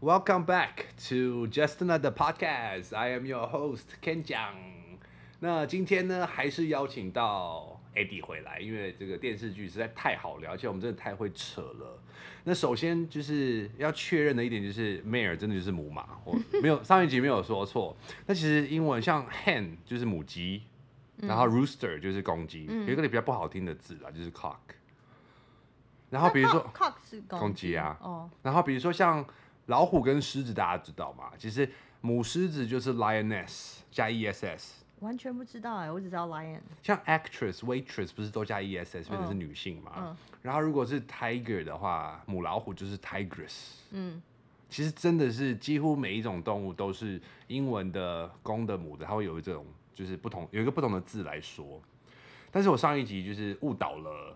Welcome back to Just Another Podcast. I am your host Ken 讲。那今天呢，还是邀请到 Eddie 回来，因为这个电视剧实在太好聊，而且我们真的太会扯了。那首先就是要确认的一点就是，Mare 真的就是母马，我没有上一集没有说错。那其实英文像 hen 就是母鸡，然后 rooster 就是公鸡，有一个比较不好听的字啦，就是 cock。然后比如说 cock 是公公鸡啊哦，然后比如说像老虎跟狮子，大家知道吗？其实母狮子就是 lioness 加 ess，完全不知道哎、我只知道 lion 像 actress、waitress 不是都加 ess 变成是女性嘛？嗯然后如果是 tiger 的话，母老虎就是 tigress。嗯，其实真的是几乎每一种动物都是英文的公的母的，它会有一种就是不同有一个不同的字来说。但是我上一集就是误导了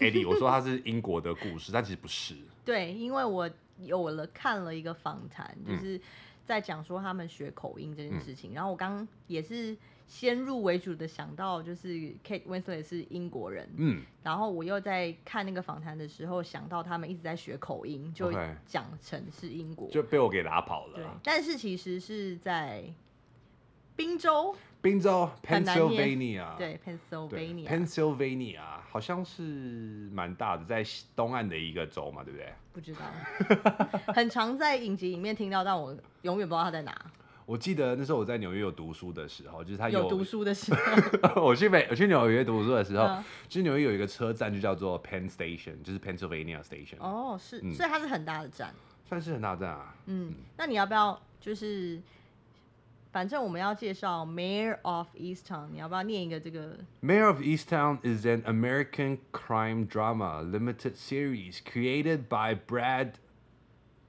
Eddie，我说它是英国的故事，但其实不是。对，因为我有了看了一个访谈，嗯就是在讲说他们学口音这件事情，然后我刚也是先入为主的想到就是 Kate Winslet 是英国人，嗯，然后我又在看那个访谈的时候想到他们一直在学口音，就 OK 讲成是英国就被我给拉跑对了，。啊但是其实是在宾州，宾州很难念 Pennsylvania，啊对对 Pennsylvania， Pennsylvania 好像是蛮大的，在西东岸的一个州嘛，对不对？不知道， 很常在影集里面听到，但我永远不知道他在哪。我记得那时候我在纽约有读书的时候，就是他有有读书的时 候，我去美我去纽约读书的时候，嗯其实纽约有一个车站就叫做 Penn Station，就是 Pennsylvania Station，、 哦，是，嗯所以它是很大的站。算是很大站啊。嗯，那你要不要就是，反正我们要介绍 Mayor of Easttown，你要不要念一个这个？ Mayor of Easttown is an American crime drama limited series created by Brad.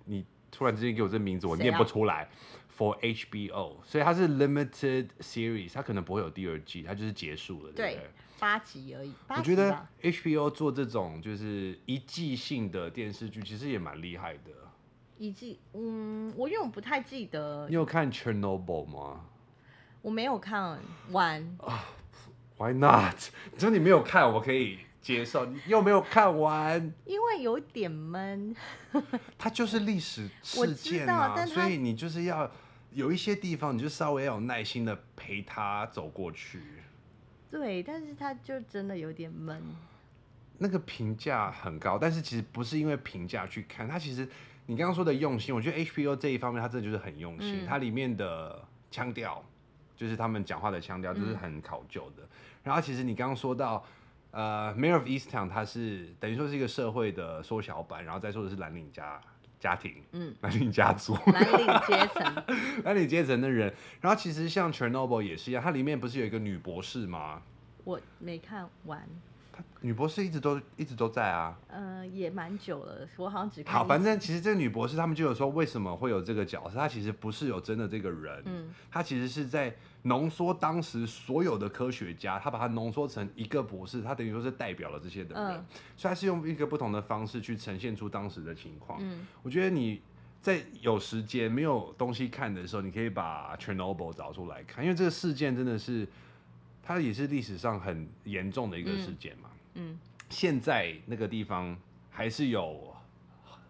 你突然之间给我这名字，我谁啊念不出来。For HBO，所以它是 limited series，它可能不会有第二季，它就是结束了，对不对，八集而已。我八觉集得吧。 HBO 做这种就是一季性的电视剧，其实也蛮厉害的。一季，嗯，我因为我不太记得你，有看 Chernobyl 吗我没有看完， ？Why not？你说你没有看，我可以接受。你又没有看完，因为有点闷。 它就是历史我事知件道啊，但它所以你就是要有一些地方，你就稍微要有耐心的陪他走过去。对，但是它就真的有点闷。那个评价很高，但是其实不是因为评价去看，它其实你刚刚说的用心，我觉得 HBO 这一方面它真的就是很用心，嗯它里面的腔调，就是他们讲话的腔调，就是很考究的。嗯然后其实你刚刚说到，呃，Mayor of Easttown 它是等于说是一个社会的缩小版，然后再说的是蓝领家家庭，嗯，蓝领家族，蓝领阶 层，那你阶层的人，然后其实像 Chernobyl 也是一样，它里面不是有一个女博士吗？我没看完。她女博士一直都一直都在啊。呃，也蛮久了，我好像只看好，一反正其实这个女博士他们就有说为什么会有这个角色，她其实不是有真的这个人，嗯她其实是在浓缩当时所有的科学家，她把它浓缩成一个博士，她等于说是代表了这些的人，嗯所以她是用一个不同的方式去呈现出当时的情况。嗯我觉得你在有时间没有东西看的时候，你可以把 Chernobyl 找出来看，因为这个事件真的是，它也是历史上很严重的一个事件嘛。嗯现在那个地方还是有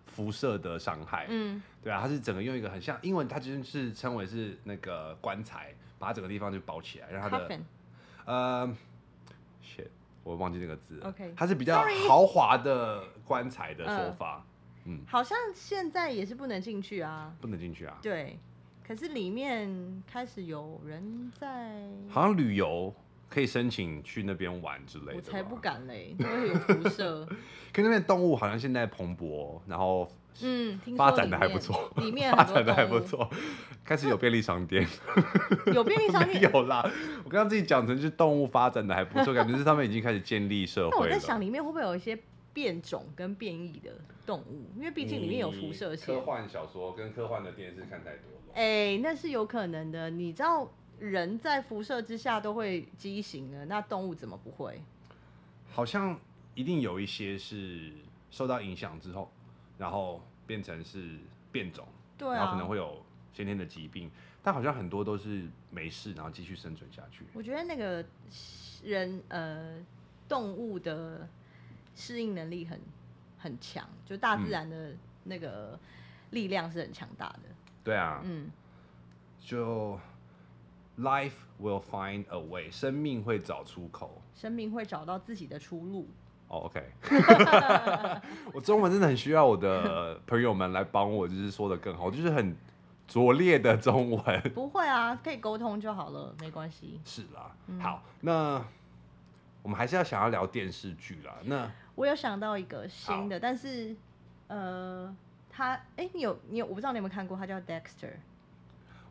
辐射的伤害，嗯对啊，它是整个用一个很像英文，它就是称为是那个棺材，把整个地方就包起来，让它的，coffin 呃，shit，我忘记那个字了 OK 它是比较 Sorry 豪华的棺材的说法，嗯好像现在也是不能进去啊。不能进去啊。对，可是里面开始有人在，好像旅游可以申请去那边玩之类的。我才不！敢嘞，因为有辐射。可那边动物好像现在蓬勃，然后 嗯，听说发展里得还不面错，里面发很多展的还不动物，错，开始有便利商店。有便利商没店。 有啦，我刚刚自己讲成是动物发展的还不 错，感觉是他们已经开始建立社那我会在了。想，里面会不会有一些变种跟变异的动物？因为毕竟里面有辐射线科。幻小说跟科幻的电视看太多了。哎、那是有可能的。你知道人在辐射之下都会畸形的，那动物怎么不会？好像一定有一些是受到影响之后，然后变成是变种，对啊，然后可能会有先天的疾病，但好像很多都是没事，然后继续生存下去。我觉得那个人呃动物的适应能力很很强，就大自然的那个力量是很强大的。对啊，嗯，就 life will find a way，生命会找出口。生命会找到自己的出路。哦、o k 我中文真的很需要我的 朋友们来帮我，就是说的更好，就是很拙劣的中文。 不会啊，可以沟通就好了，没关系。是啦，好，那我们还是要想要聊电视剧啦。那我有想到一个新的，但是呃，他哎，你有你有，我不知道你有没有看过，他叫 Dexter，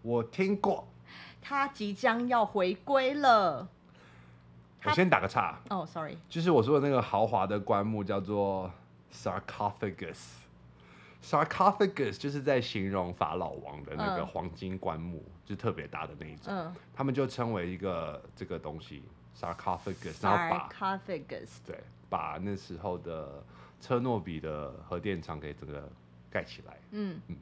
我听过，他即将要回归了。我他先打个岔，哦，sorry、就是我说的那个豪华的棺木叫做 sarcophagus。sarcophagus 就是在形容法老王的那个嗯黄金棺木，就特别大的那一种，嗯他们就称为一个这个东西 sarcophagus，然后把，sorry，sarcophagus，对把那时候的车诺比的核电厂给整个盖起来。嗯嗯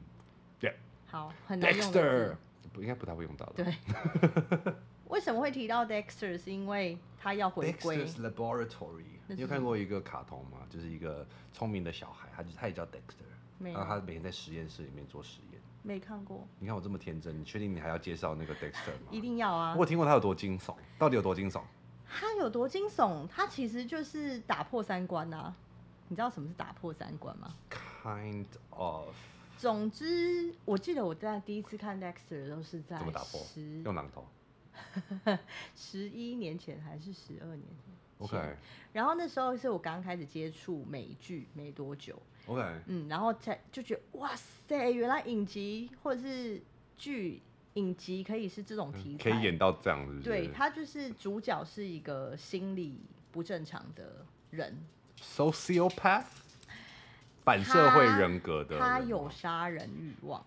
，yeah 好，很难用的 Dexter 字。不应该不太会用到的。对， 为什么会提到 Dexter？是因为他要回归 Dexter's Laboratory，那是你有看过一个卡通吗？就是一个聪明的小孩，他就他也叫 Dexter，没然啊后他每天在实验室里面做实验。没看过，你看我这么天真，你确定你还要介绍那个 Dexter 吗？ 一定要啊我！有听过他有多惊悚，到底有多惊悚？他有多惊悚？他其实就是打破三观啊！你知道什么是打破三观吗？ Kind of 总之，我记得我在第一次看 Dexter 的时候是在怎么打破十用榔头十一年前还是十二年前。 ，OK 然后那时候是我刚开始接触美剧没多久， OK，嗯，然后才就觉得哇塞，原来影集或者是剧影集可以是这种题嗯材，可以演到这样，是不是？对，他就是主角是一个心理不正常的人， sociopath，反社会人格的人他吗有杀人欲望。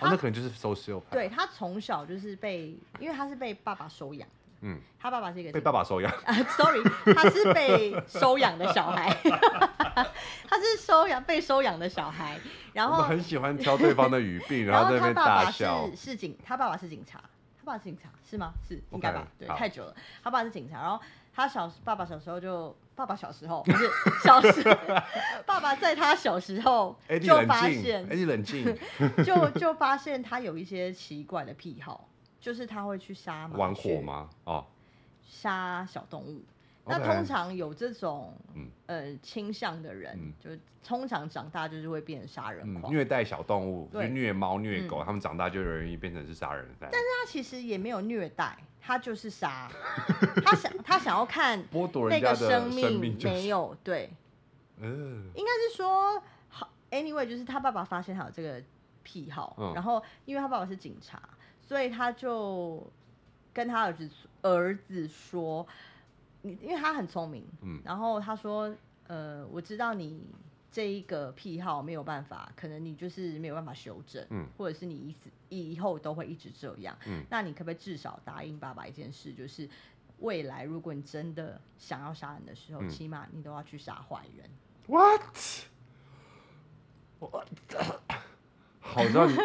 哦，那可能就是 sociopath，对，他从小就是被，因为他是被爸爸收养，嗯，他爸爸是一个被爸爸收养，啊、s o r r y 他是被收养的小孩， 他是收养被收养的小孩，然我们后很喜欢挑对方的语 病，然后在那他边爸大爸笑是。是警，他爸爸是警察，他爸爸是警察是吗？是应该吧 OK，对，好太久了，他爸是警察，然后他小爸爸小时候就。爸爸小时候不是小时， 爸爸在他小时候哎，你就冷发静， 现哎，你冷 静，就就发现他有一些奇怪的癖好，就是他会去杀麻玩雀火吗？哦，杀小动物。那 OK 通常有这种嗯呃倾向的人，嗯就通常长大就是会变成杀人嗯，狂。虐待小动物，就对嗯虐猫虐狗，他们长大就容易变成是杀人犯。但是他其实也没有虐待，他就是杀，他想他想 要看剥夺那人家个的生生命就没是，有对，嗯，应该是说好，anyway，就是他爸爸发现他有这个癖好，嗯然后因为他爸爸是警察，所以他就跟他儿子儿子说，你因为他很聪明，嗯然后他说，呃，我知道你这一个癖好没有办法，可能你就是没有办法修正，嗯或者是你一直以后都会一直这样，嗯那你可不可以至少答应爸爸一件事，就是未来如果你真的想要杀人的时候，嗯起码你都要去杀坏人。 What？我 好让你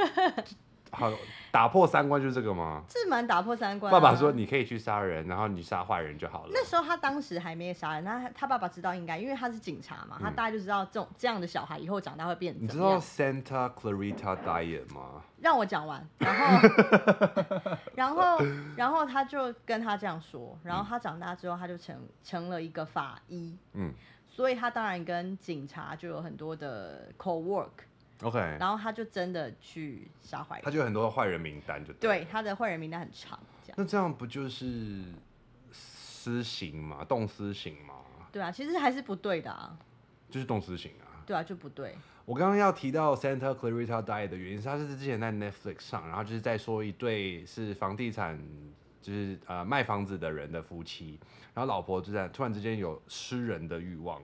好打破三观就是这个吗？这蛮打破三观、爸爸说。你可以去杀人，然后你杀坏人就好了。啊那时候他当时还没杀人，那他他爸爸知道应该，因为他是警察嘛，他大概就知道这种这样的小孩以后长大会变嗯你成知怎么道样。 Santa Clarita Diet 吗？让我讲完，然后， 然后，然后他就跟他这样说，然后他长大之后他就成成了一个法医，嗯所以他当然跟警察就有很多的 co work， ，OK，然后他就真的去杀坏他人，就有很多坏人名单就了对，。啊他的坏人名单很长，这样。那这样不就是私刑吗？动私刑吗？对啊，其实还是不对的啊，就是动私刑啊！对啊，就不对。我刚刚要提到 Santa Clarita Diet 的原因是，它是之前在 Netflix 上，然后就是在说一对是房地产，就是呃卖房子的人的夫妻，然后老婆就在突然之间有吃人的欲望，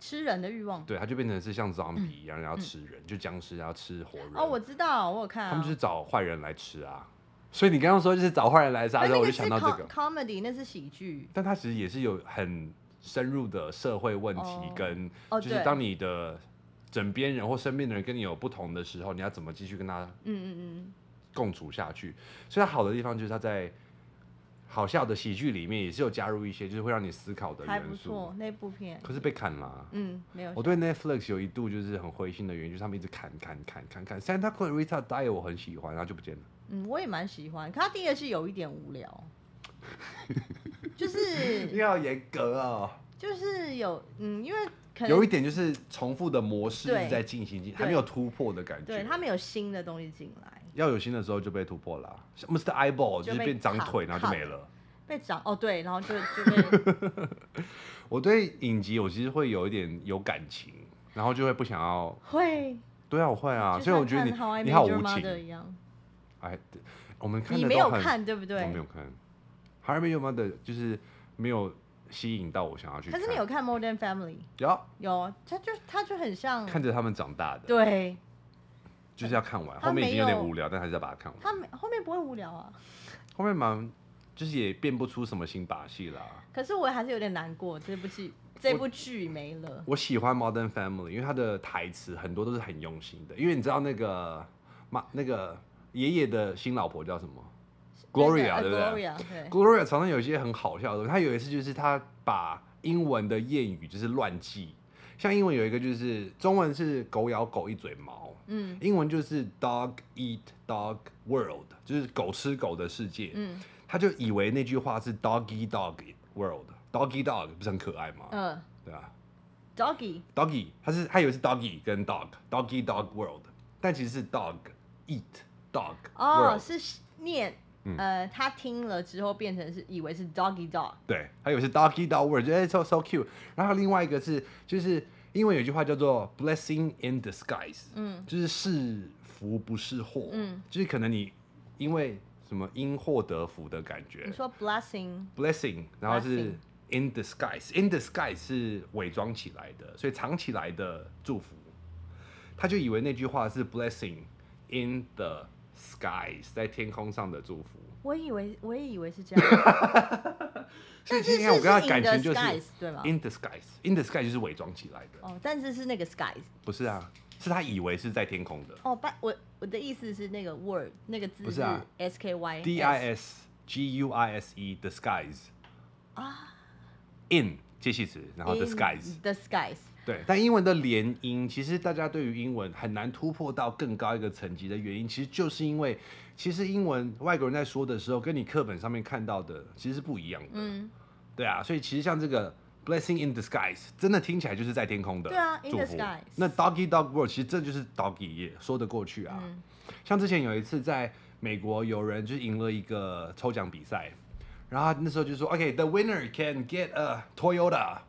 吃人的欲望。对，他就变成是像 zombie 一样，然后吃人，就僵尸，然后吃活人。嗯哦，我知道，我有看、啊。他们就是找坏人来吃啊。所以你刚刚说就是找坏人来杀可的是时候，那我就个是想到这 com- 个， comedy，那是喜剧。但他其实也是有很深入的社会问题哦跟，哦就是对当你的枕边人或身边的人跟你有不同的时候，你要怎么继续跟他嗯嗯共处下去？所以它好的地方就是它在好笑的喜剧里面也是有加入一些就是会让你思考的还不元素，错，那部片，可是被砍啊啦。嗯，没有我对 Netflix 有一度就是很灰心的原因，就是他们一直砍砍砍砍砍。Santa Clarita Diet 我很喜欢，然后就不见了。嗯，我也蛮喜欢，可他第一个是有一点无 聊，就是你好严格哦。就是有嗯，因为可有能一点就是重复的模式一对直在进行，进还对没有突破的感对觉。他们有新的东西进来，要有新的时候就被突破了啊、像 Mr. Eyeball 就就是被变长 cut- 腿，然后就 cut 没了。被长哦对，然后就就 被我对影集我其实会有一点有感情，然后就会不想要。会对啊，我会啊，就所以我像觉得看 How I 你你好 Met Your 无 Mother 情。一样，哎，对我们看你的没都有很，看对不对我没？有看。How I Met Your Mother 就是没有吸引到我想要去可看。是你有看 Modern Family 有有，他就他就很像，看着他们长大的，嗯对就是要看完。他后面已经有点没有无聊，但还是要把它看完。他没后面不会无聊啊。后面蛮就是也变不出什么新把戏啦、啊可是我还是有点难过，这部剧这部剧没了。我喜欢 Modern Family，因为它的台词很多都是很用心的。因为你知道那个妈那个爷爷的新老婆叫什么？Gloria，那对个不呃对？Gloria 对， ？Gloria 常常有一些很好笑的东西。他有一次就是他把英文的谚语就是乱记，像英文有一个就是中文是狗咬狗一嘴毛，嗯英文就是 Dog eat dog world，就是狗吃狗的世界。嗯他就以为那句话是 Doggy dog world，Doggy dog 不是很可爱吗？嗯对吧、 ，Doggy doggy，它是它以为是 doggy 跟 dog，doggy dog world，但其实是 dog eat dog 哦 world，、是念嗯呃，他听了之后变成是以为是 Doggy Dog，对，还有是 doggy dog world，觉得哎 so so cute。然后另外一个是就是因为有句话叫做 blessing in disguise，嗯就是是福不是祸，嗯就是可能你因为什么因祸得福的感你觉说 Blessing ，blessing，然后是 Blessing。 In disguise，in disguise 是伪装起来的，所以藏起来的祝福。他就以为那句话是 blessing in the skies，在天空上的祝福。我以为我也以为是 这样，所以今但是天我跟他感情就 in 是 the skies 对吗？ in disguise，in disguise 就是伪装起来的，哦，但是是那个 skies 不是啊，是他以为是在天空的。哦，但我我的意思是那个 word 那个字不是啊 S K Y D I S G U I S E disguise 啊， in 介系词，然后 in disguise the skies 对，但英文的连音，其实大家对于英文很难突破到更高一个层级的原因，其实就是因为，其实英文外国人在说的时候，跟你课本上面看到的其实是不一样的。嗯。对啊，所以其实像这个 blessing in disguise，真的听起来就是在天空的对啊，in 祝福。 disguise 那 doggy dog world 其实这就是 doggy 也说得过去啊。嗯像之前有一次在美国，有人就赢了一个抽奖比赛，然后他那时候就说，OK，the、winner can get a Toyota。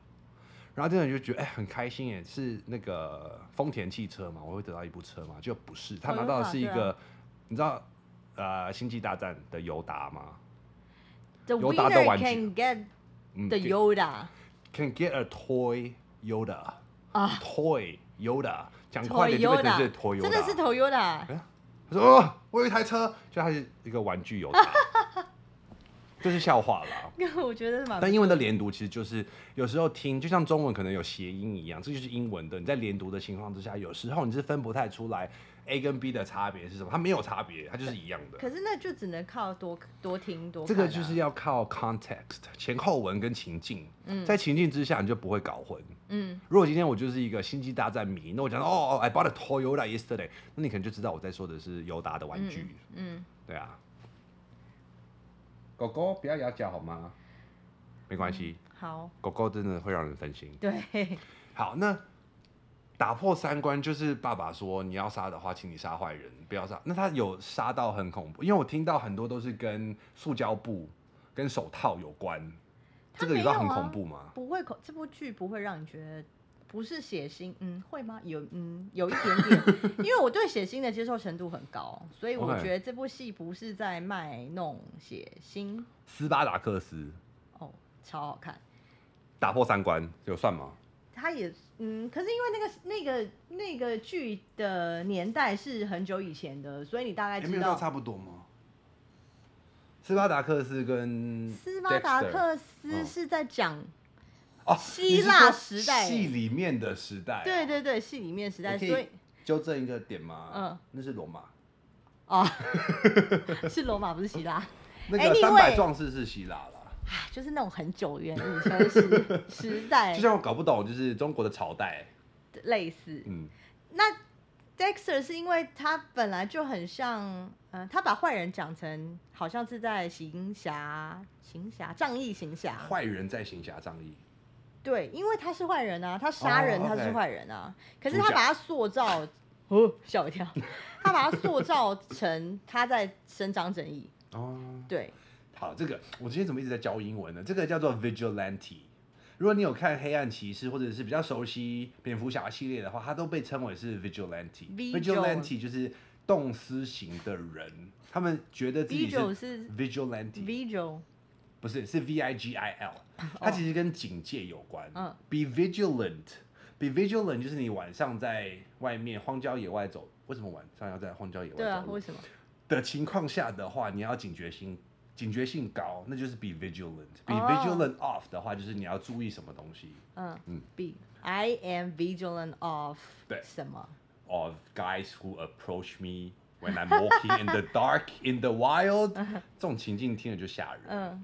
然后这个人就觉得哎、很开心耶，是那个丰田汽车嘛，我会得到一部车嘛，就不是，他拿到的 Toyota，是一对啊个，你知道呃星际大战的尤达吗？ The 尤达的 winner 玩具 can get 嗯 the get- Yoda can get a toy Yoda 啊 toy Yoda，讲快点就变成是 toy Yoda。，Toyota，真的啊是 Toyota，他说哦，我有一台车，就它是一个玩具 Yoda，这是笑话啦。 因为我觉得是蛮但英文的连读其实就是有时候听，就像中文可能有谐音一样，这就是英文的。你在连读的情况之下，有时候你是分不太出来 A 跟 B 的差别是什么，它没有差别，它就是一样的。可是那就只能靠多多听多这看啊、个就是要靠 context 前后文跟情境，嗯在情境之下你就不会搞混。嗯，如果今天我就是一个星际大战迷，那我讲到哦哦，I bought a Toyota yesterday，那你可能就知道我在说的是尤达的玩具，嗯，对啊。狗狗不要咬脚好吗？没关嗯系，好，狗狗真的会让人分心。对， 好，那打破三观就是爸爸说你要杀的话，请你杀坏人，不要杀。那他有杀到很恐怖，因为我听到很多都是跟塑胶布、跟手套有关，这他个没有有到啊很恐怖吗？不会恐这部剧不会让你觉得不是血腥，嗯，会吗？有，嗯，有一点点， 因为我对血腥的接受程度很高，所以我 OK 觉得这部戏不是在卖弄血腥斯巴达克斯哦，超好看。打破三观有算吗？他也嗯，可是因为那个那个那个剧的年代是很久以前的，所以你大概哎也没知有到道差不多吗？斯巴达克斯跟斯巴达 Dexter 克斯嗯是在讲，哦，希腊时代你是说戏里面的时代、啊对，对对，戏里面时代，哎我可以所以纠正一个点吗？嗯，那是罗马。 哦，是罗马不是希腊，那个 Anyway 三百壮士是希腊啦，唉，就是那种很久远以前时时代就像我搞不懂，就是中国的朝代，类似。 嗯，那 Dexter 是因为他本来就很像，呃，他把坏人讲成好像是在行侠、行侠、仗义行侠。坏人在行侠仗义，对，因为他是坏人啊，他杀人哦他是 OK 坏人啊。可是主他角把他塑造，哦，吓我 一跳，他把他塑造成他在伸张正义。哦，对，好，这个我今天怎么一直在教英文呢？这个叫做 vigilante。如果你有看《黑暗骑士》或者是比较熟悉蝙蝠侠系列的话，它都被称为是 vigilante。 Vigil vigilante 就是动私刑的人，他们觉得自 v i 己 g i l 是是 vigilante， v i g i l 不是是 v i g i l，它其实跟警戒有关。啊哦嗯 be vigilant。Be vigilant 就是你晚上在外面荒郊野外走，为什么晚上要在荒郊野外对啊走，路为？什么？的情况下的话，你要警觉性警觉性高，那就是 be vigilant。be 哦 vigilant off 的话，就是你要注意什么东西嗯嗯，B I am vigilant of 对什么？ of guys who approach me when I'm walking in the dark in the wild 。这种情境听了就吓人。嗯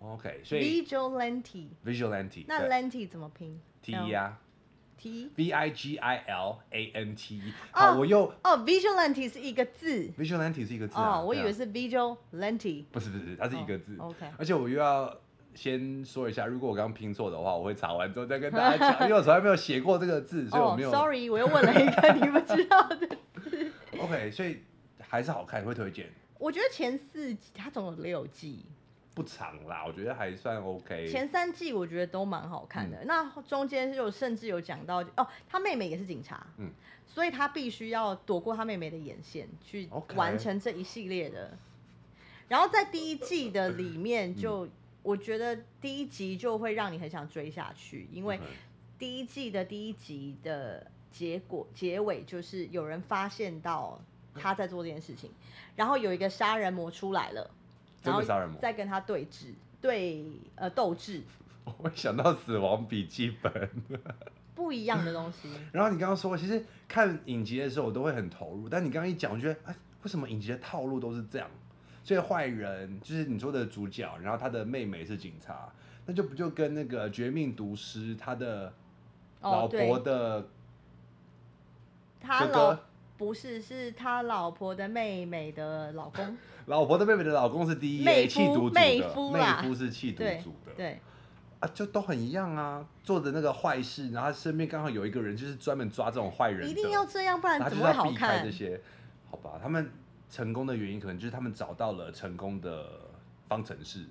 OK，所以，vigilante。 vigilante 那对 lente 怎么拼 T E 呀 T E， ，V I G I L A N T E。好，我又哦，vigilante 是一个字 vigilante 是一个字啊哦，我对以啊为是 vigilante。不是不是，它是一个字。哦，OK 而且我又要先说一下，如果我刚刚拼错的话，我会查完之后再跟大家 讲，因为我从来没有写过这个字，所以我哦没有。 ，sorry，我又问了一个你不知道的。 OK，所以还是好看，会推荐。我觉得前四季它总有六季，不长啦，我觉得还算 OK。前三季我觉得都蛮好看嗯的。那中间有甚至有讲到哦，他妹妹也是警察，嗯所以他必须要躲过他妹妹的眼线，去 OK 完成这一系列的。然后在第一季的里面嗯就，我觉得第一集就会让你很想追下去，因为 OK 第一季的第一集的结果结尾就是有人发现到他在做这件事情，然后有一个杀人魔出来了，真的然后杀人魔再跟他对峙，对呃斗智， 我会想到《死亡笔记本》，不一样的东西。然后你刚刚说，其实看影集的时候我都会很投入，但你刚刚一讲，我觉得哎，为什么影集的套路都是这样？所以坏人就是你说的主角，然后他的妹妹是警察，那就不就跟那个《绝命毒师》他的老哦，婆对，的他哥哥老不是是他老婆的妹妹的老 公，老婆的妹妹的老公是第一妹夫气毒组的，妹妹夫啦是气毒对组的，对啊，就都很一样啊，做的那个坏事，然后他身边刚好有一个人就是专门抓这种坏人的，一定要这样，不然他就怎是么会要好避开看这？些，好吧？他们成功的原因可能就是他们找到了成功的方程式，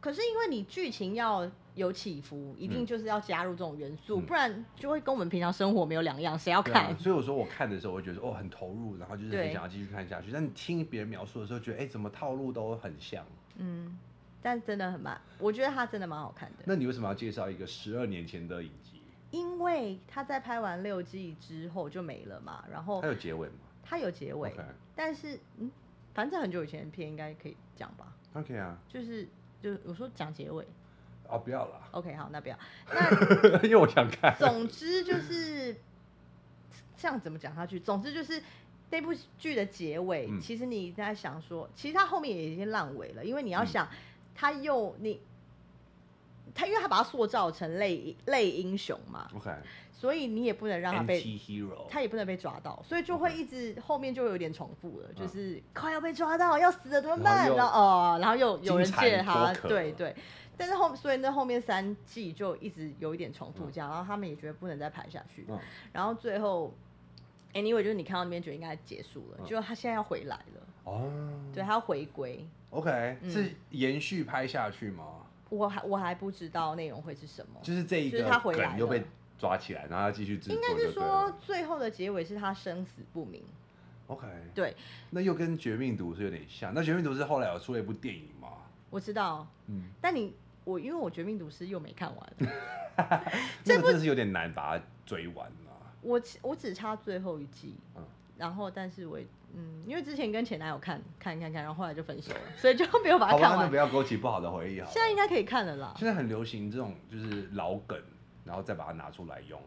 可是因为你剧情要有起伏，一定嗯就是要加入这种元素，嗯不然就会跟我们平常生活没有两样，谁要对看？啊，所以我说我看的时候，我觉得哦很投入，然后就是对很想要继续看下去。但你听别人描述的时候，觉得哎、怎么套路都很像？嗯，但真的很慢，我觉得他真的蛮好看的。那你为什么要介绍一个十二年前的影集？因为他在拍完六季之后就没了嘛，然后它有结尾吗他有结尾， ？OK 但是嗯，反正很久以前的片应该可以讲吧， OK 啊，就是就我说讲结尾哦不要啦， ，OK 好，那不要，那 因为我想看。总之就是这样怎么讲下去？总之就是。那部剧的结尾，嗯其实你在想说，其实他后面也已经烂尾了，因为你要嗯想，他又你他，因为他把他塑造成类类英雄嘛， OK。所以你也不能 让他被， NT Hero，他也不能被抓到，所以就会哦 OK 一直后面就有点重复了，就嗯是快要被抓到，要死了怎么然后办？又然后哦，然后又有人金蝉借他，脱壳对对。但是后，所以那后面三季就一直有一点重复嗯这样，然后他们也觉得不能再拍下去，嗯然后最后，anyway 就是你看到那边觉得应该结束了，嗯就他现在要回来了，哦，对，他要回归， ，OK，嗯是延续拍下去吗？我还我还不知道内容会是什么，就是这一就个是他回来梗又了被抓起来，然后他继续制作应该就对是了，说最后的结尾是他生死不明， OK，对那又跟《绝命毒师》有点像。那《绝命毒师》后来有出了一部电影嘛？我知道，嗯，但你我因为我《绝命毒师》又没看完，那个真的是有点难把它追完啊。我只我只差最后一季，嗯然后但是我也嗯，因为之前跟前男友看看看看，然后后来就分手了，所以就没有把它好吧，看那完不。要勾起不好的回忆好了。现在应该可以看了啦，现在很流行这种就是老梗，然后再把它拿出来用。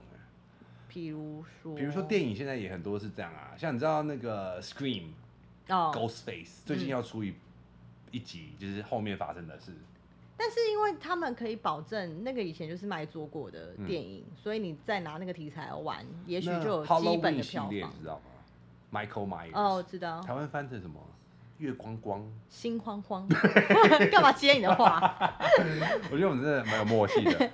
比如说，比如说电影现在也很多是这样啊，像你知道那个《Scream》哦， Ghostface 最近要出一一集就是后面发生的事。但是因为他们可以保证那个以前就是卖座过的电影，所以你再拿那个题材玩，也许就有嗯那基本的 Halloween 系票列，房你。知道吗？Michael Myers，、哦，我知道，台湾翻成什么？月光光。 心慌慌， 干嘛接你的话？我觉得我们真的蛮有默契的。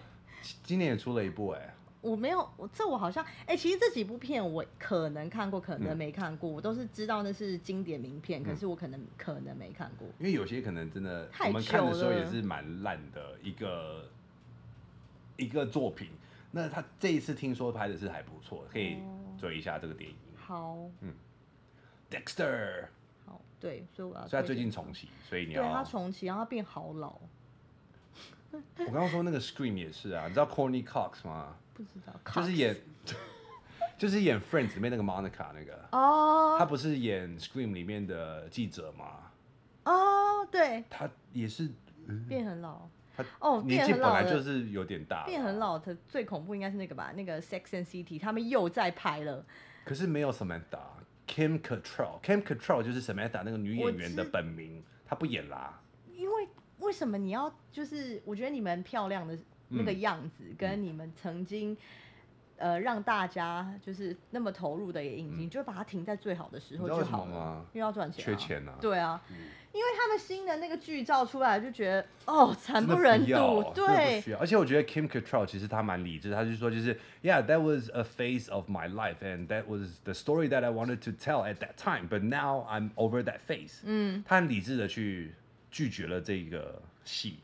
今今年也出了一部哎、我没有，我这我好像，哎、其实这几部片我可能看过，可能嗯没看过，我都是知道那是经典名片，可是我可能可能没看过。因为有些可能真的太我们看的时候久了也是蛮烂的一个一个作品。那他这一次听说拍的是还不错，可以哦追一下这个电影好， 《Dexter》，好，对，所以我要所以他推最近荐哦重启，所以你对他要重启，然后他变好老，我刚刚说那个 Scream 也是啊，你知道 Corny Cox 吗？不知道，就是演 就是演 Friends 里面那个 Monica 那个，他哦不是演 Scream 里面的记者吗？哦，对，他也是变很老，他哦，年变纪很本老来就了。是有点大，变很，老的最恐怖应该是那个吧，那个《Sex and City》他们又在拍了，可是没有 Samantha。Kim Cattrall，Kim Cattrall 就是 Samantha 那个女演员的我知本名，她不演啦。因为为什么你要就是我觉得你们漂亮的那个样子，跟你们曾经呃让大家就是那么投入的也引进，就把它停在最好的时候嗯你知道为就什么好了吗，因为要赚钱、啊，缺钱啊对啊，因为他们新的那个剧照出来，就觉得哦惨真的不忍要睹，真的不对需，要。而且我觉得 Kim Cattrall 其实她蛮理智，她就说就是 Yeah, that was a phase of my life, and that was the story that I wanted to tell at that time, but now I'm over that phase。嗯，她很理智的去拒绝了这个戏。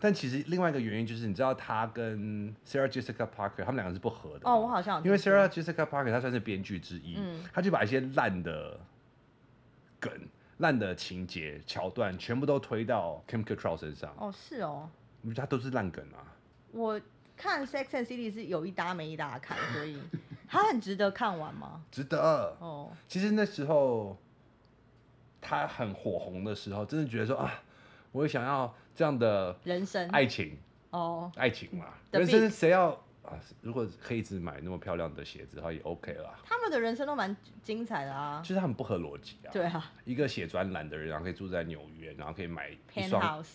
但其实另外一个原因就是，你知道她跟 Sarah Jessica Parker 他们两个是不合的哦嘛我好像有因为听说 Sarah Jessica Parker 她算是编剧之一，嗯她就把一些烂的梗、烂的情节、桥段全部都推到 Kim Cattrall 身上。哦是哦，因为它都是烂梗啊。我看《Sex and City》是有一搭没一搭看，所以它很值得看完吗？值得。哦，其实那时候他很火红的时候，真的觉得说啊，我也想要这样的人生爱情，哦，爱情嘛， The 人生谁要啊？如果可以一直买那么漂亮的鞋子，的话也 OK 啦。他们的人生都蛮精彩的啊，就是他很不合逻辑啊。对，啊一个写专栏的人，然后可以住在纽约，然后可以买一双。 ，Penthouse。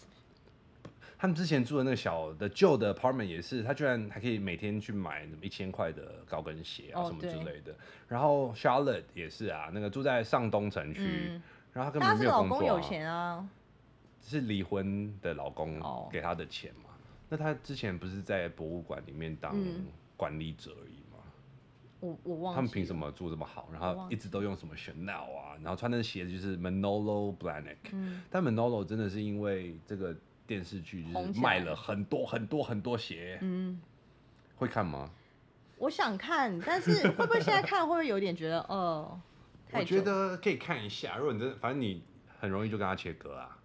他们之前住的那个小的旧的 apartment 也是，他居然还可以每天去买什么一千块的高跟鞋啊哦什么之对类的。然后 Charlotte 也是啊，那个住在上东城区。嗯，然后他根但本是没有老工公作、有啊，钱啊，是离婚的老公哦给他的钱嘛。那他之前不是在博物馆里面当嗯管理者而已吗？我我忘记他们凭什么？么住这么好？然我后忘一直都用什么 Chanel 啊，然后穿的鞋子就是 Manolo Blahnik、嗯，但 Manolo 真的是因为这个电视剧就红是起来卖了很多很多很多鞋，嗯，会看吗？我想看，但是会不会现在看会不会有点觉得哦，我太久觉得可以看一下，如果你真的，反正你很容易就跟他切割 啊，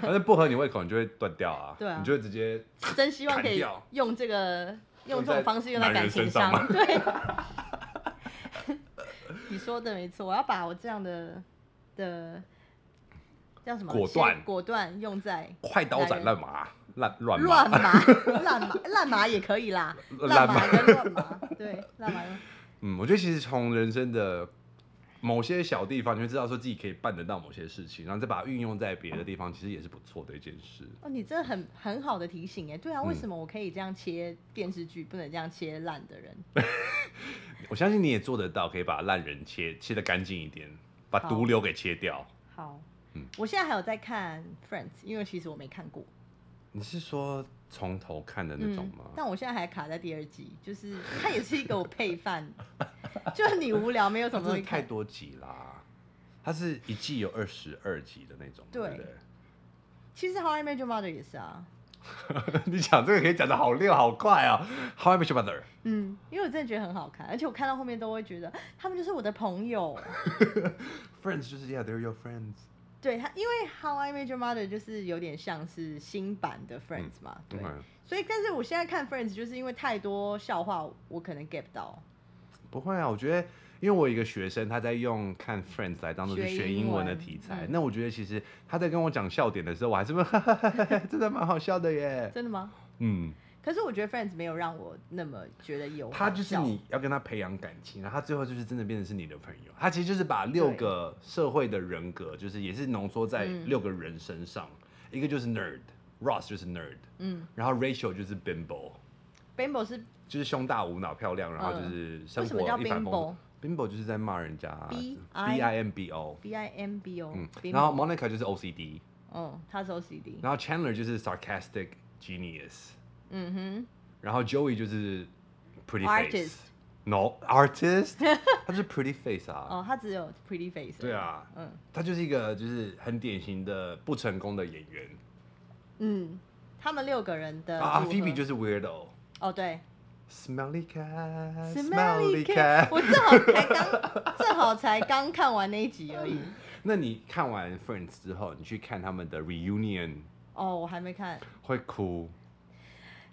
反正不合你胃口，你就会断掉啊，对啊你就会直接真希望可砍以掉用这个用用这种在方式用在男感人情身上吗对， 你说的没错，我要把我这样的的叫什么果断先果断用在快刀斩乱麻，乱乱麻乱。麻乱麻乱麻也可以啦， 乱乱麻麻跟乱麻对乱麻跟。嗯，我觉得其实从人生的某些小地方，你会知道说自己可以办得到某些事情，然后再把它运用在别的地方，其实也是不错的一件事。哦，你这很很好的提醒哎，对啊，嗯为什么我可以这样切电视剧，不能这样切烂的人？我相信你也做得到，可以把烂人切切得干净一点，把好毒瘤给切掉。好，嗯我现在还有在看《Friends》，因为其实我没看过你是说从头看的那种吗？嗯但我现在还卡在第二集，就是它也是一个我配饭， 就是你无聊没有什它么真东的西太看，多集啦，它是一季有二十二集的那种，对不对其实《How I Met Your Mother》也是啊，对？ 你讲这个可以讲的好溜好快啊！How I Met Your Mother，嗯，因为我真的觉得很好看，而且我看到后面都会觉得他们就是我的朋友。 Friends 就是 Yeah, they're your friends。对他，因为《How I Met Your Mother》就是有点像是新版的 Friends 嘛，对。嗯，所以，但是我现在看 Friends，就是因为太多笑话，我可能 get 不到。不会啊，我觉得。因为我有一个学生，他在用看 Friends 来当做是学学英英文文的题材，嗯那我觉得其实 他在跟我讲笑点的时候，我还是会哈哈哈哈，真的蛮好笑的耶。真的吗？嗯，可是我觉得 Friends 没有让我那么觉得有好笑，他就是你要跟他培养感情，然后他最后就是真的变成是你的朋友。他其实就是把六个社会的人格，就是也是浓缩在嗯六个人身上。一个就是 nerd，Ross 就是 nerd，嗯然后 Rachel 就是 bimbo， ，Bimbo 是就是胸大无脑漂亮，然后就是生嗯为什么活叫一帆风 Bimbo 顺。bimbo 就是在骂人家啊 B I B I M B O， B I M B O，嗯， Bimbo 然后 Monica 就是 O C D，哦，他是 OCD，然后 Chandler 就是 sarcastic genius，嗯然后 Joey 就是 pretty Artist face。No artist，他就是 pretty face 啊。哼，哦，他只有 Pretty Face，对，啊，嗯他就是一个就是很典型的不成功的演员嗯，他们六个人的啊。组合 Phoebe 就是 weirdo。哦对 Smelly cat，Smelly ，Smelly Cat，我正好才刚正好才刚看完那一集而已，那你看完 Friends 之后，你去看他们的 reunion 哦，我还没看，会哭，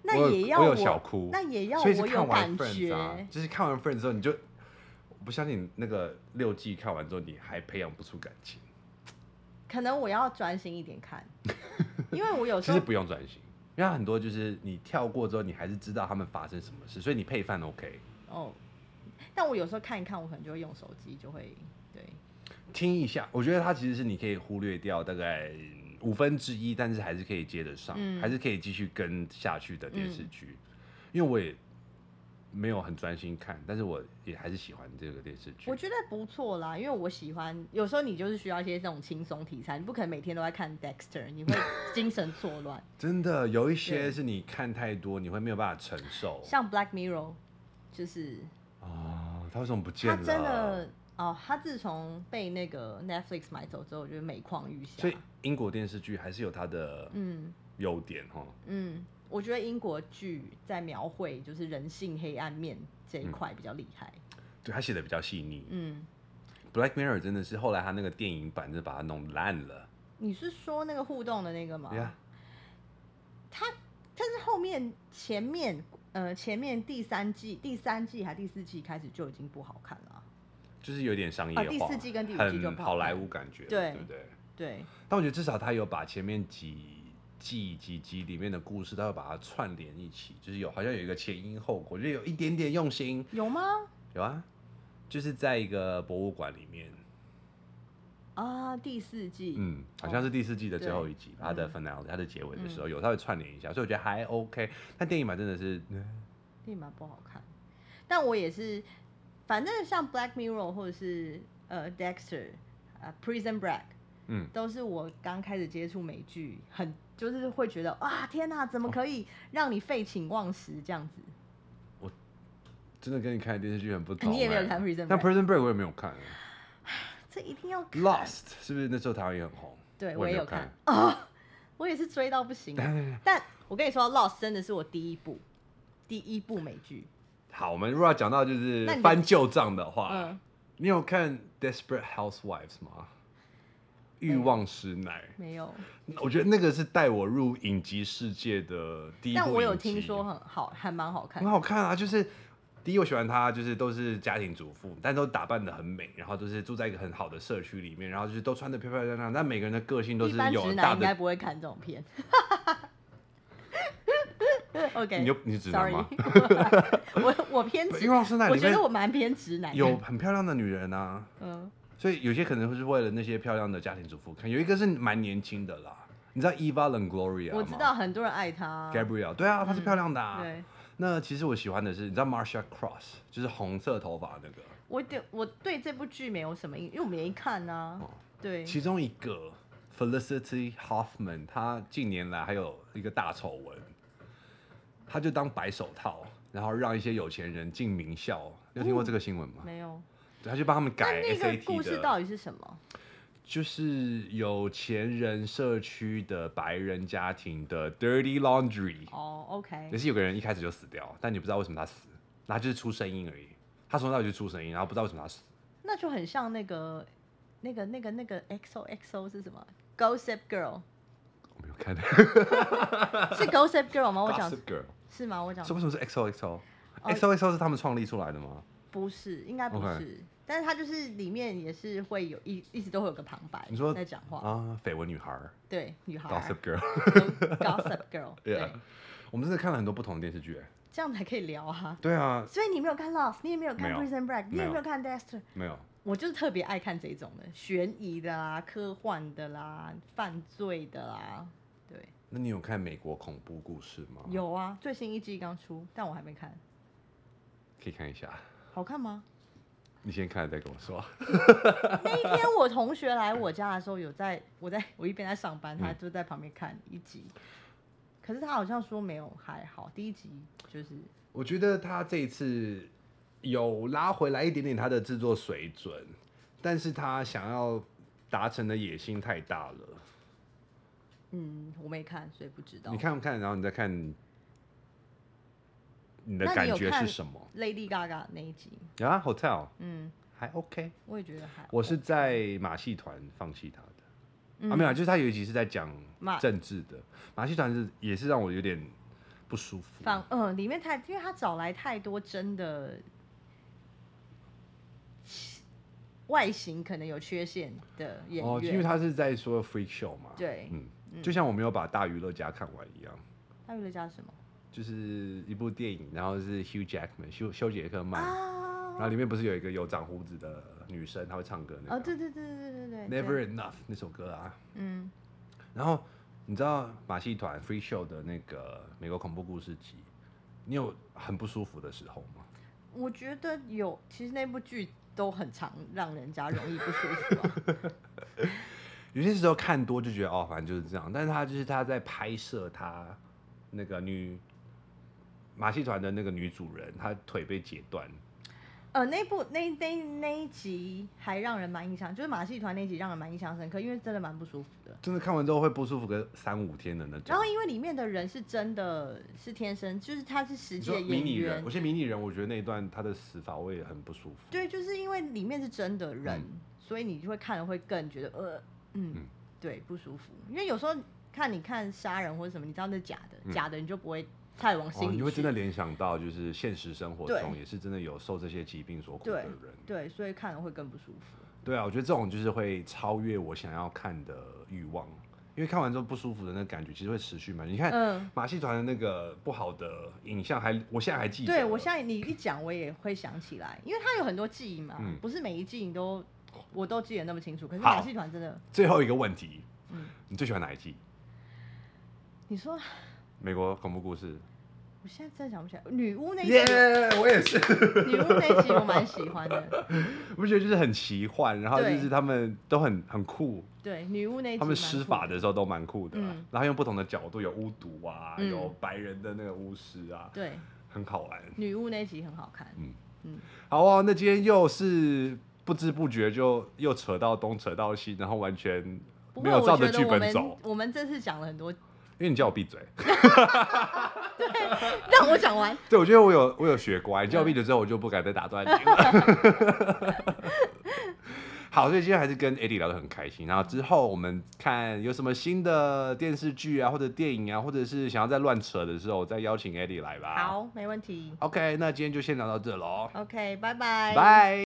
那我有也要我有小哭那也要所以是我有看完感 Friends 啊觉，，就是看完 Friends 之后你就，我不相信你那个六季看完之后你还培养不出感情，可能我要专心一点看，因为我 有时其候实不用专心，因为它很多就是你跳过之后你还是知道他们发生什么事，所以你配饭 OK，哦，但我有时候看一看，我可能就会用手机，就会对，听一下，我觉得它其实是你可以忽略掉大概五分之一，但是还是可以接得上，嗯还是可以继续跟下去的电视剧。因为我也没有很专心看，但是我也还是喜欢这个电视剧我。觉得不错啦，因为我喜欢，有时候你就是需要一些这种轻松题材，你不可能每天都在看 Dexter，你会精神错乱。真的有一些对是你看太多，你会没有办法承受。像 Black Mirror，就是啊，它为什么不见他了？真的哦，他自从被那个 Netflix 买走之后，我觉得每况愈下所以。英国电视剧还是有它的嗯优点哈。嗯，我觉得英国剧在描绘就是人性黑暗面这一块比较厉害。对，它写的比较细腻。嗯， Black Mirror 真的是后来它那个电影版就把它弄烂了。你是说那个互动的那个吗？呀、但是后面前面呃前面第三季第三季还第四季开始就已经不好看了啊、就是有点商业啊化，第四季跟第五季就很不好看好莱坞感觉，对对不对？对，但我觉得至少他有把前面几季几集里面的故事，他有把它串联一起，就是有好像有一个前因后果，就有一点点用心，有吗？有啊，就是在一个博物馆里面，啊，第四季，嗯，好像是第四季的最后一集，哦对嗯它的 finale，它的结尾的时候有稍微串联一下，所以我觉得还 OK。但电影版真的是，嗯立马不好看。但我也是，反正像 Black Mirror 或者是呃 Dexter 啊 Prison Break 嗯，都是我刚开始接触美剧，很就是会觉得啊天哪、怎么可以让你废寝忘食这样子？真的跟你看的电视剧很不同、欸。 你也没有看 Prison 但 Break Prison Break 我也没有看。欸这一定要看。 Lost 是不是那时候台湾也很红？对我我也没也有有看看啊，我也是追到不行啊。但我跟你说，《Lost》真的是我第一部，第一部美剧。 好，我们如果要讲到就是那你就翻旧账的话，嗯，你有看《Desperate Housewives》吗？欲望师奶，没有，我觉得那个是带我入影集世界的第一部。但我有听说，很好，还蛮好看很。好看啊！就是第一，我喜欢她，就是都是家庭主妇，但都打扮的很美，然后都是住在一个很好的社区里面，然后就是都穿的漂漂亮亮，但每个人的个性都一是般有直大男应该的。不会看这种片。 你 OK，就你是直男 sorry，吗？ 我 我偏欲直，望师奶我里觉面得我蛮偏直男的。有很漂亮的女人啊，嗯，所以有些可能是为了那些漂亮的家庭主妇看，有一个是蛮年轻的啦，你知道 Eva and Gloria 吗？我知道很多人爱他。 Gabrielle，对啊，她是嗯漂亮的啊。对，那其实我喜欢的是，你知道 Marsha Cross 就是红色头发那个，我对我对这部剧没有什么印，因为我没看啊哦。对，其中一个 Felicity Hoffman，她近年来还有一个大丑闻，她就当白手套，然后让一些有钱人进名校。有听过这个新闻吗？嗯没有。对，她就帮他们那改那个 SAT 故事的到底是什么？就是有钱人社区的白人家庭的 dirty laundry，哦，OK，也是有个人一开始就死掉，但你不知道为什么他死，然后他就是出声音而已。他从头到尾就出声音，然后不知道为什么他死。那就很像那个、那个、那个、那个 XOXO 是什么？Gossip Girl 我没有看。是 Gossip Girl 哦吗？我哦讲 Gossip Girl，是吗？我讲说为什么是 XOXO？XOXO 是他们创立出来的吗？不是，应该不 OK 是。但是他就是里面也是会有一一直都会有个旁白，你说在讲话，啊，绯闻女孩儿对，女孩儿，Gossip Girl， Gossip Girl，对 Yeah，我们真的看了很多不同的电视剧，哎这样才可以聊啊。对啊，所以你没有看 Lost，你也没有看没有 Prison Break，没你也有没有看 Dexter，没有，我就是特别爱看这种的，悬疑的啦、科幻的啦、犯罪的啦，对，那你有看美国恐怖故事吗？，有啊，最新一季刚出，但我还没看，可以看一下。好看吗？你先看了再跟我说。那一天我同学来我家的时候，有在我在我一边在上班，嗯他就在旁边看一集，可是他好像说没有还好，第一集就是我觉得他这一次有拉回来一点点他的制作水准，但是他想要达成的野心太大了。嗯我没看，所以不知道你。看不看？然后你再看你的那你感有觉是看什么 Lady Gaga 那一集，啊？Hotel 嗯，还 OK，我也觉得还我是在马戏团放弃他的。嗯啊，没有啊，就是他有一集是在讲马政治的，马戏团是也是让我有点不舒服。放嗯，里面太，因为他找来太多真的外形可能有缺陷的演员，哦，因为他是在说 freak show 嘛。对嗯，就像我没有把《大娱乐家》看完一样，他娱乐家是什么就是一部电影，然后是 Hugh Jackman 休休杰克曼，啊然？后里面不是有一个有长胡子的女生，她会唱歌那哦，个、对对对对对对对 Never Enough 那首歌啊。嗯然后你知道马戏团 freak show 的那个美国恐怖故事集，你有很不舒服的时候吗？我觉得有，其实那部剧都很常让人家容易不舒服、啊。 有些时候看多就觉得哦，反正就是这样。但是他就是他在拍摄他那个女马戏团的那个女主人，她腿被截断，呃，那部那那那一集还让人蛮印象，就是马戏团那集让人蛮印象深刻，因为真的蛮不舒服的。真的看完之后会不舒服个三五天的那种。然后因为里面的人是真的是天生，就是他是实你际说的迷你演人，员我，觉得迷你人，我觉得那一段他的死法我也很不舒服。对，就是因为里面是真的人，所以你就会看了会更觉得呃嗯嗯对不舒服，因为有时候看你看杀人或者什么，你知道那是假的，嗯假的你就不会太往心哦，里你去。会真的联想到，就是现实生活对中也是真的有受这些疾病所苦的对人。对，所以看了会更不舒服。对啊，我觉得这种就是会超越我想要看的欲望，因为看完之后不舒服的那感觉其实会持续嘛。你看，嗯，马戏团的那个不好的影像还，我现在还记得。对我现在你一讲我也会想起来，因为它有很多记忆嘛，嗯不是每一季你都我都记得那么清楚。可是好马戏团真的，最后一个问题，嗯你最喜欢哪一季？你说美国恐怖故事。我现在真的想不起来，女巫那一集耶我也是， 女巫那一集我蛮喜欢的，我觉得就是很奇幻，然后就对是他们都很很酷，对，女巫那一集他们蛮施酷法的，的时候都蛮酷的啊、嗯然后用不同的角度，有巫毒啊，嗯有白人的那个巫师啊，对，很好玩。女巫那一集很好看，嗯嗯，好哦，那今天又是不知不觉就又扯到东扯到西，然后完全不没过有照我着觉剧得我本们走，我们这次讲了很多， 因为你叫我闭嘴。让我讲完，对，我觉得我有我有学乖，嗯你叫我闭嘴之后，我就不敢再打断你了。 好，所以今天还是跟 Eddie 聊得很开心。然后之后我们看有什么新的电视剧啊，或者电影啊，或者是想要再乱扯的时候，我再邀请 Eddie 来吧。好，没问题，OK，那今天就先聊到这喽， ，OK，拜拜，拜。